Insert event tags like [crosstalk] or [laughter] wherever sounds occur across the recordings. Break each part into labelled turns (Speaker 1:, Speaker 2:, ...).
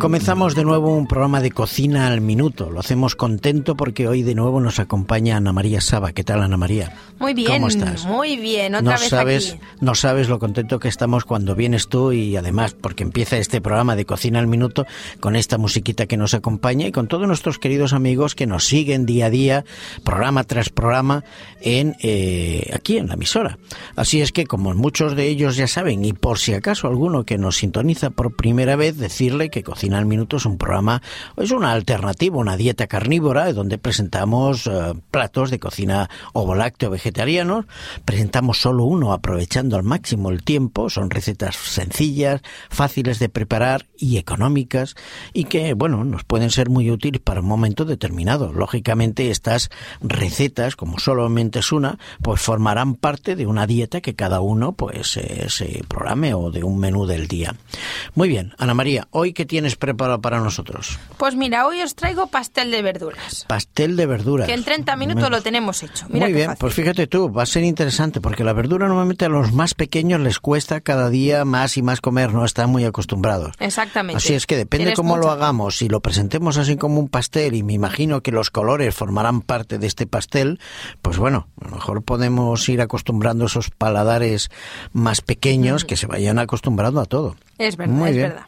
Speaker 1: Comenzamos de nuevo un programa de cocina al minuto. Lo hacemos contento porque hoy de nuevo nos acompaña Ana María Saba. ¿Qué tal, Ana María?
Speaker 2: Muy bien.
Speaker 1: ¿Cómo estás?
Speaker 2: Muy bien, otra
Speaker 1: No
Speaker 2: vez
Speaker 1: sabes,
Speaker 2: aquí.
Speaker 1: no sabes lo contento que estamos cuando vienes tú y además porque empieza este programa de Cocina al Minuto con esta musiquita que nos acompaña y con todos nuestros queridos amigos que nos siguen día a día, programa tras programa, en eh, aquí en la emisora. Así es que como muchos de ellos ya saben y por si acaso alguno que nos sintoniza por primera vez, decirle que Cocina al Minuto es un programa, es una alternativa, una dieta carnívora donde presentamos eh, platos de cocina ovolácteo vegetarianos. Presentamos solo uno aprovechando al máximo el tiempo. Son recetas sencillas, fáciles de preparar y económicas y que, bueno, nos pueden ser muy útiles para un momento determinado. Lógicamente estas recetas, como solamente es una, pues formarán parte de una dieta que cada uno pues eh, se programe o de un menú del día. Muy bien, Ana María, ¿hoy qué tienes preparado para nosotros?
Speaker 2: Pues mira, hoy os traigo pastel de verduras.
Speaker 1: Pastel de verduras.
Speaker 2: Que en 30 minutos lo tenemos hecho. Mira
Speaker 1: Muy
Speaker 2: qué
Speaker 1: bien,
Speaker 2: fácil.
Speaker 1: pues fíjate tú, va a ser interesante porque la verdura normalmente a los más pequeños les cuesta cada día más y más comer, no están muy acostumbrados.
Speaker 2: Exactamente.
Speaker 1: pues, Así es que depende
Speaker 2: Tienes
Speaker 1: cómo lo
Speaker 2: mucha-
Speaker 1: hagamos, si lo presentemos así como un pastel y me imagino que los colores formarán parte de este pastel, pues bueno, a lo mejor podemos ir acostumbrando esos paladares más pequeños que se vayan acostumbrando a todo.
Speaker 2: Es verdad,
Speaker 1: Muy
Speaker 2: es
Speaker 1: bien.
Speaker 2: verdad.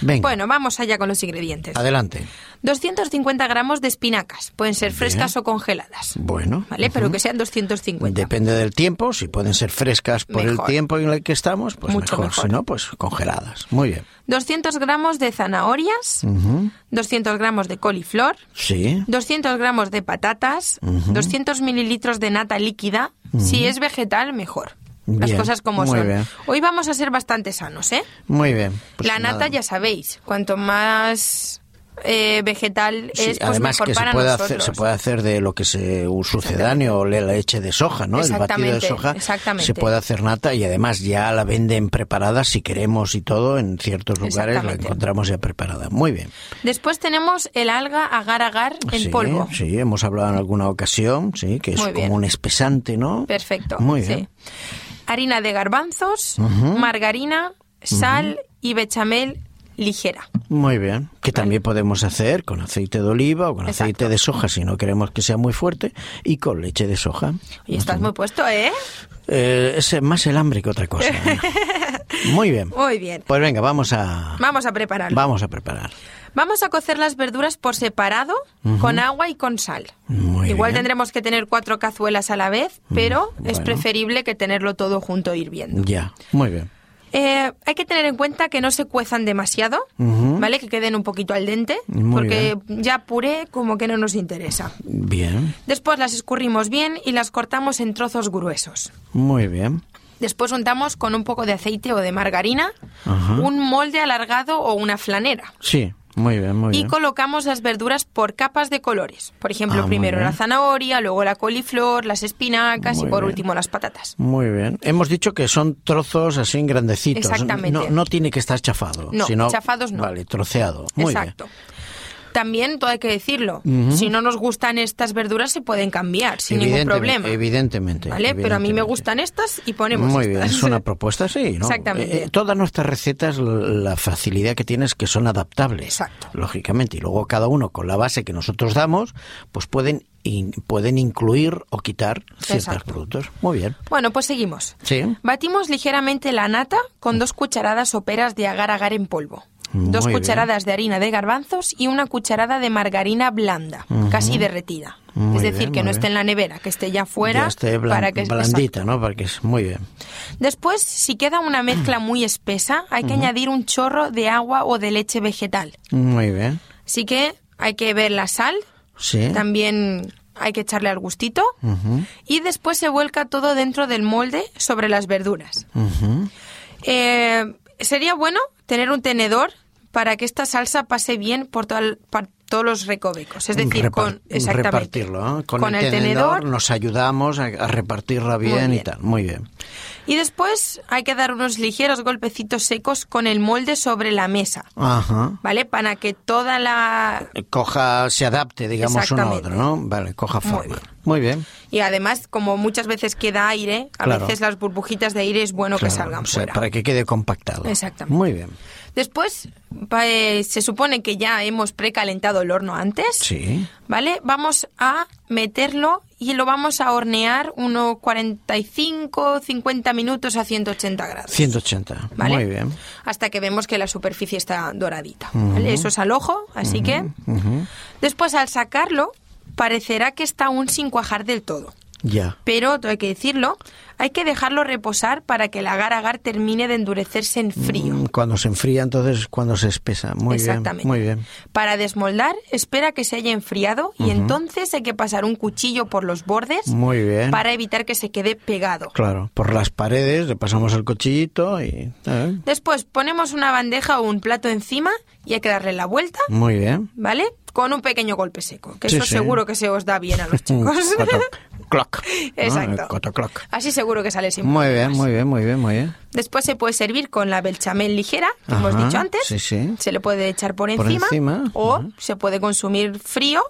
Speaker 1: Venga,
Speaker 2: Bueno, pues, vamos allá con los ingredientes.
Speaker 1: adelante.
Speaker 2: 250 gramos de espinacas. Pueden ser frescas o congeladas.
Speaker 1: Bueno.
Speaker 2: ¿Vale? Pero que sean 250.
Speaker 1: Depende del tiempo, si pueden ser frescas por el
Speaker 2: Mejor.
Speaker 1: tiempo en el que estamos, pues
Speaker 2: Mucho
Speaker 1: mejor.
Speaker 2: mejor.
Speaker 1: si no, pues congeladas. Muy bien.
Speaker 2: 200 gramos de zanahorias.
Speaker 1: Mm.
Speaker 2: 200 gramos de coliflor.
Speaker 1: Sí.
Speaker 2: 200 gramos de patatas. 200 mililitros de nata líquida. Si es vegetal, mejor. Las
Speaker 1: Bien,
Speaker 2: cosas como
Speaker 1: muy
Speaker 2: son.
Speaker 1: bien.
Speaker 2: Hoy vamos a ser bastante sanos, ¿eh?
Speaker 1: Muy bien. Pues
Speaker 2: la nata
Speaker 1: nada.
Speaker 2: ya sabéis, cuanto más eh, vegetal
Speaker 1: Sí,
Speaker 2: es, pues
Speaker 1: además
Speaker 2: mejor
Speaker 1: que se
Speaker 2: para
Speaker 1: puede,
Speaker 2: nosotros.
Speaker 1: hacer, se puede hacer de lo que se un sucedáneo o la leche de soja, ¿no? El batido de
Speaker 2: Exactamente,
Speaker 1: soja
Speaker 2: exactamente.
Speaker 1: se puede hacer nata y además ya la venden preparada si queremos y todo en ciertos lugares la
Speaker 2: Exactamente.
Speaker 1: encontramos ya preparada. Muy bien.
Speaker 2: Después tenemos el alga agar-agar en
Speaker 1: sí,
Speaker 2: polvo.
Speaker 1: sí, hemos hablado en alguna ocasión, sí, que es
Speaker 2: Muy bien.
Speaker 1: como un espesante, ¿no?
Speaker 2: Perfecto.
Speaker 1: Muy
Speaker 2: sí.
Speaker 1: bien.
Speaker 2: Harina de garbanzos, margarina, sal y bechamel ligera.
Speaker 1: Muy bien, que también podemos hacer con aceite de oliva o con
Speaker 2: Exacto.
Speaker 1: aceite de soja si no queremos que sea muy fuerte y con leche de soja.
Speaker 2: Y estás muy puesto, ¿eh?
Speaker 1: Eh, es más el hambre que otra cosa.
Speaker 2: [laughs]
Speaker 1: Ana. muy bien.
Speaker 2: Muy bien.
Speaker 1: Pues venga, vamos a
Speaker 2: Vamos a prepararlo.
Speaker 1: vamos a preparar.
Speaker 2: Vamos a cocer las verduras por separado, con agua y con sal.
Speaker 1: Muy
Speaker 2: Igual
Speaker 1: bien. Mm,
Speaker 2: tendremos que tener cuatro cazuelas a la vez, pero es
Speaker 1: bueno.
Speaker 2: preferible que tenerlo todo junto hirviendo.
Speaker 1: Ya, muy bien.
Speaker 2: Eh, hay que tener en cuenta que no se cuezan demasiado, ¿vale? Que queden un poquito al dente,
Speaker 1: Muy
Speaker 2: porque ya puré como que no nos interesa.
Speaker 1: Bien.
Speaker 2: Después las escurrimos bien y las cortamos en trozos gruesos.
Speaker 1: Muy bien.
Speaker 2: Después untamos con un poco de aceite o de margarina,
Speaker 1: Ajá.
Speaker 2: un molde alargado o una flanera.
Speaker 1: Sí, muy bien, muy
Speaker 2: Y
Speaker 1: bien.
Speaker 2: colocamos las verduras por capas de colores. Por ejemplo,
Speaker 1: Ah, muy
Speaker 2: primero
Speaker 1: bien.
Speaker 2: la zanahoria, luego la coliflor, las espinacas
Speaker 1: Muy
Speaker 2: y por
Speaker 1: bien.
Speaker 2: último las patatas.
Speaker 1: Muy bien. Hemos dicho que son trozos así grandecitos.
Speaker 2: Exactamente.
Speaker 1: No, no tiene que estar chafado.
Speaker 2: No,
Speaker 1: sino,
Speaker 2: chafados no.
Speaker 1: Vale, troceado. Muy bien.
Speaker 2: Exacto. También todo hay que decirlo. Si no nos gustan estas verduras, se pueden cambiar sin ningún
Speaker 1: Evidentemente,
Speaker 2: problema.
Speaker 1: Evidentemente.
Speaker 2: ¿Vale? Pero a mí me
Speaker 1: evidentemente.
Speaker 2: gustan estas y ponemos
Speaker 1: Muy bien,
Speaker 2: estas.
Speaker 1: es una propuesta, sí. ¿no?
Speaker 2: Exactamente.
Speaker 1: Eh, todas nuestras recetas, l- la facilidad que tienes es que son adaptables.
Speaker 2: Exacto.
Speaker 1: Lógicamente. Y luego cada uno con la base que nosotros damos, pues pueden, in- pueden incluir o quitar ciertos
Speaker 2: Exacto.
Speaker 1: productos. Muy bien.
Speaker 2: [laughs] Bueno, pues seguimos.
Speaker 1: Sí.
Speaker 2: Batimos ligeramente la nata con dos cucharadas soperas de agar-agar en polvo.
Speaker 1: Muy
Speaker 2: Dos
Speaker 1: bien.
Speaker 2: cucharadas de harina de garbanzos y una cucharada de margarina blanda, casi derretida.
Speaker 1: Muy
Speaker 2: es decir,
Speaker 1: bien,
Speaker 2: que
Speaker 1: muy
Speaker 2: no esté
Speaker 1: bien.
Speaker 2: en la nevera, que esté ya fuera
Speaker 1: Ya esté blan-
Speaker 2: para que
Speaker 1: blandita, ¿no? Para que es muy bien.
Speaker 2: Después, si queda una mezcla muy espesa, hay que añadir un chorro de agua o de leche vegetal.
Speaker 1: Muy bien.
Speaker 2: Así que hay que ver la sal,
Speaker 1: Sí.
Speaker 2: también hay que echarle al gustito. Y después se vuelca todo dentro del molde sobre las verduras.
Speaker 1: Ujú.
Speaker 2: Eh, sería bueno tener un tenedor para que esta salsa pase bien por, todo el- par- todos los recovecos. Es decir,
Speaker 1: Repar- ¿eh?
Speaker 2: con, exactamente.
Speaker 1: repartirlo. ¿eh? Con, el, tenedor, nos ayudamos a, a repartirla bien,
Speaker 2: Muy
Speaker 1: y
Speaker 2: bien.
Speaker 1: tal. Muy bien.
Speaker 2: Y después hay que dar unos ligeros golpecitos secos con el molde sobre la mesa,
Speaker 1: Ajá.
Speaker 2: ¿vale? Para que toda la...
Speaker 1: Coja, se adapte, digamos, uno a otro, ¿no? Vale, coja
Speaker 2: Muy
Speaker 1: forma.
Speaker 2: bien.
Speaker 1: Muy bien.
Speaker 2: Y además, como muchas veces queda aire, a
Speaker 1: Claro.
Speaker 2: veces las burbujitas de aire es bueno
Speaker 1: Claro,
Speaker 2: que salgan
Speaker 1: o sea,
Speaker 2: fuera.
Speaker 1: Para que quede compactado.
Speaker 2: Exactamente.
Speaker 1: Muy bien.
Speaker 2: Después, pa- eh, se supone que ya hemos precalentado el horno antes.
Speaker 1: Sí.
Speaker 2: ¿Vale? Vamos a meterlo y lo vamos a hornear unos 45, 50 minutos a 180 grados.
Speaker 1: 180.
Speaker 2: ¿vale?
Speaker 1: Muy bien.
Speaker 2: Hasta que vemos que la superficie está doradita. ¿vale? Eso es al ojo, así que.
Speaker 1: Ujú.
Speaker 2: Después, al sacarlo, parecerá que está aún sin cuajar del todo.
Speaker 1: Ya.
Speaker 2: Pero, todo hay que decirlo, hay que dejarlo reposar para que el agar-agar termine de endurecerse en frío.
Speaker 1: Mm, Cuando se enfría, entonces es cuando se espesa. Muy
Speaker 2: Exactamente.
Speaker 1: bien. Muy bien.
Speaker 2: Para desmoldar, espera que se haya enfriado y entonces hay que pasar un cuchillo por los bordes
Speaker 1: Muy bien.
Speaker 2: para evitar que se quede pegado.
Speaker 1: Claro, por las paredes le pasamos el cuchillito y... eh,
Speaker 2: Después ponemos una bandeja o un plato encima y hay que darle la vuelta,
Speaker 1: Muy bien.
Speaker 2: ¿vale? Con un pequeño golpe seco, que
Speaker 1: Mm. Sí,
Speaker 2: eso
Speaker 1: sí.
Speaker 2: seguro que se os da
Speaker 1: [laughs]
Speaker 2: bien a los chicos.
Speaker 1: Cotoc, cloc. ¿no?
Speaker 2: Exacto.
Speaker 1: El cotocloc.
Speaker 2: [laughs] Así seguro que sale sin
Speaker 1: Muy bien,
Speaker 2: problemas.
Speaker 1: muy bien, muy bien, muy bien.
Speaker 2: Después se puede servir con la belchamel ligera, que hemos
Speaker 1: Ajá,
Speaker 2: dicho antes.
Speaker 1: sí, sí.
Speaker 2: Se le puede echar por
Speaker 1: Por
Speaker 2: encima.
Speaker 1: encima,
Speaker 2: O
Speaker 1: ajá.
Speaker 2: se puede consumir frío,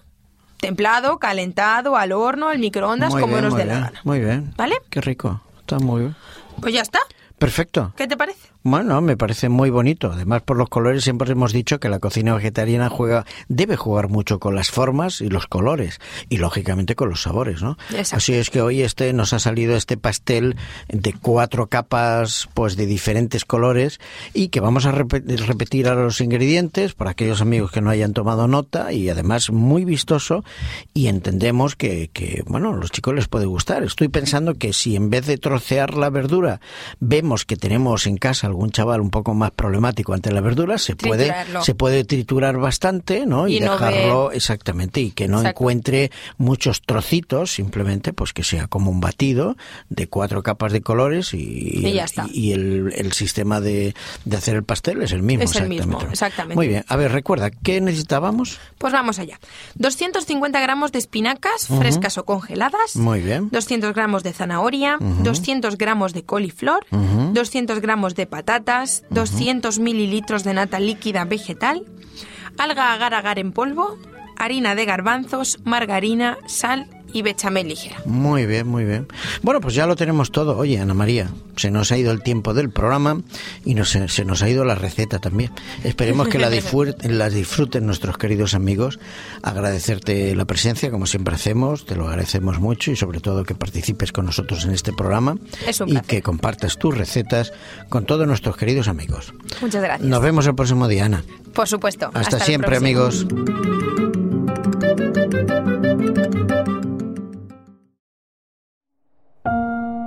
Speaker 2: templado, calentado, al horno, al microondas,
Speaker 1: muy
Speaker 2: como
Speaker 1: bien,
Speaker 2: nos
Speaker 1: muy
Speaker 2: dé la
Speaker 1: bien,
Speaker 2: gana.
Speaker 1: Muy bien.
Speaker 2: ¿Vale?
Speaker 1: Qué rico. Está muy bien.
Speaker 2: Pues ya está.
Speaker 1: Perfecto.
Speaker 2: ¿Qué te parece?
Speaker 1: Bueno, me parece muy bonito. Además, por los colores siempre hemos dicho que la cocina vegetariana juega, debe jugar mucho con las formas y los colores y lógicamente con los sabores, ¿no?
Speaker 2: Exacto.
Speaker 1: Así es que hoy este nos ha salido este pastel de cuatro capas, pues de diferentes colores y que vamos a repe- repetir ahora los ingredientes para aquellos amigos que no hayan tomado nota y además muy vistoso y entendemos que, que bueno, a los chicos les puede gustar. Estoy pensando que si en vez de trocear la verdura vemos que tenemos en casa algún chaval un poco más problemático ante la verdura, se puede
Speaker 2: Triturarlo.
Speaker 1: se puede triturar bastante, ¿no? Y,
Speaker 2: Y no
Speaker 1: dejarlo exactamente y que no
Speaker 2: Exacto.
Speaker 1: encuentre muchos trocitos, simplemente pues que sea como un batido de cuatro capas de colores y,
Speaker 2: Y ya está.
Speaker 1: y el, el sistema de, de hacer el pastel es el mismo.
Speaker 2: Es el mismo, exactamente.
Speaker 1: Muy bien, a ver, recuerda, ¿qué necesitábamos?
Speaker 2: Pues vamos allá. 250 gramos de espinacas frescas o congeladas.
Speaker 1: Muy bien.
Speaker 2: 200 gramos de zanahoria, 200 gramos de coliflor, 200 gramos de patatas, 200 mililitros de nata líquida vegetal, alga agar agar en polvo, harina de garbanzos, margarina, sal y bechamel ligera.
Speaker 1: Muy bien, muy bien. Bueno, pues ya lo tenemos todo. Oye, Ana María, se nos ha ido el tiempo del programa y nos- se nos ha ido la receta también. Esperemos que
Speaker 2: [laughs]
Speaker 1: la, disfrut- la disfruten nuestros queridos amigos. Agradecerte la presencia, como siempre hacemos, te lo agradecemos mucho y sobre todo que participes con nosotros en este programa
Speaker 2: Es un
Speaker 1: y
Speaker 2: placer.
Speaker 1: que compartas tus recetas con todos nuestros queridos amigos.
Speaker 2: Muchas gracias.
Speaker 1: Nos vemos el próximo día, Ana.
Speaker 2: Por supuesto.
Speaker 1: Hasta,
Speaker 2: el
Speaker 1: siempre,
Speaker 2: próximo.
Speaker 1: amigos.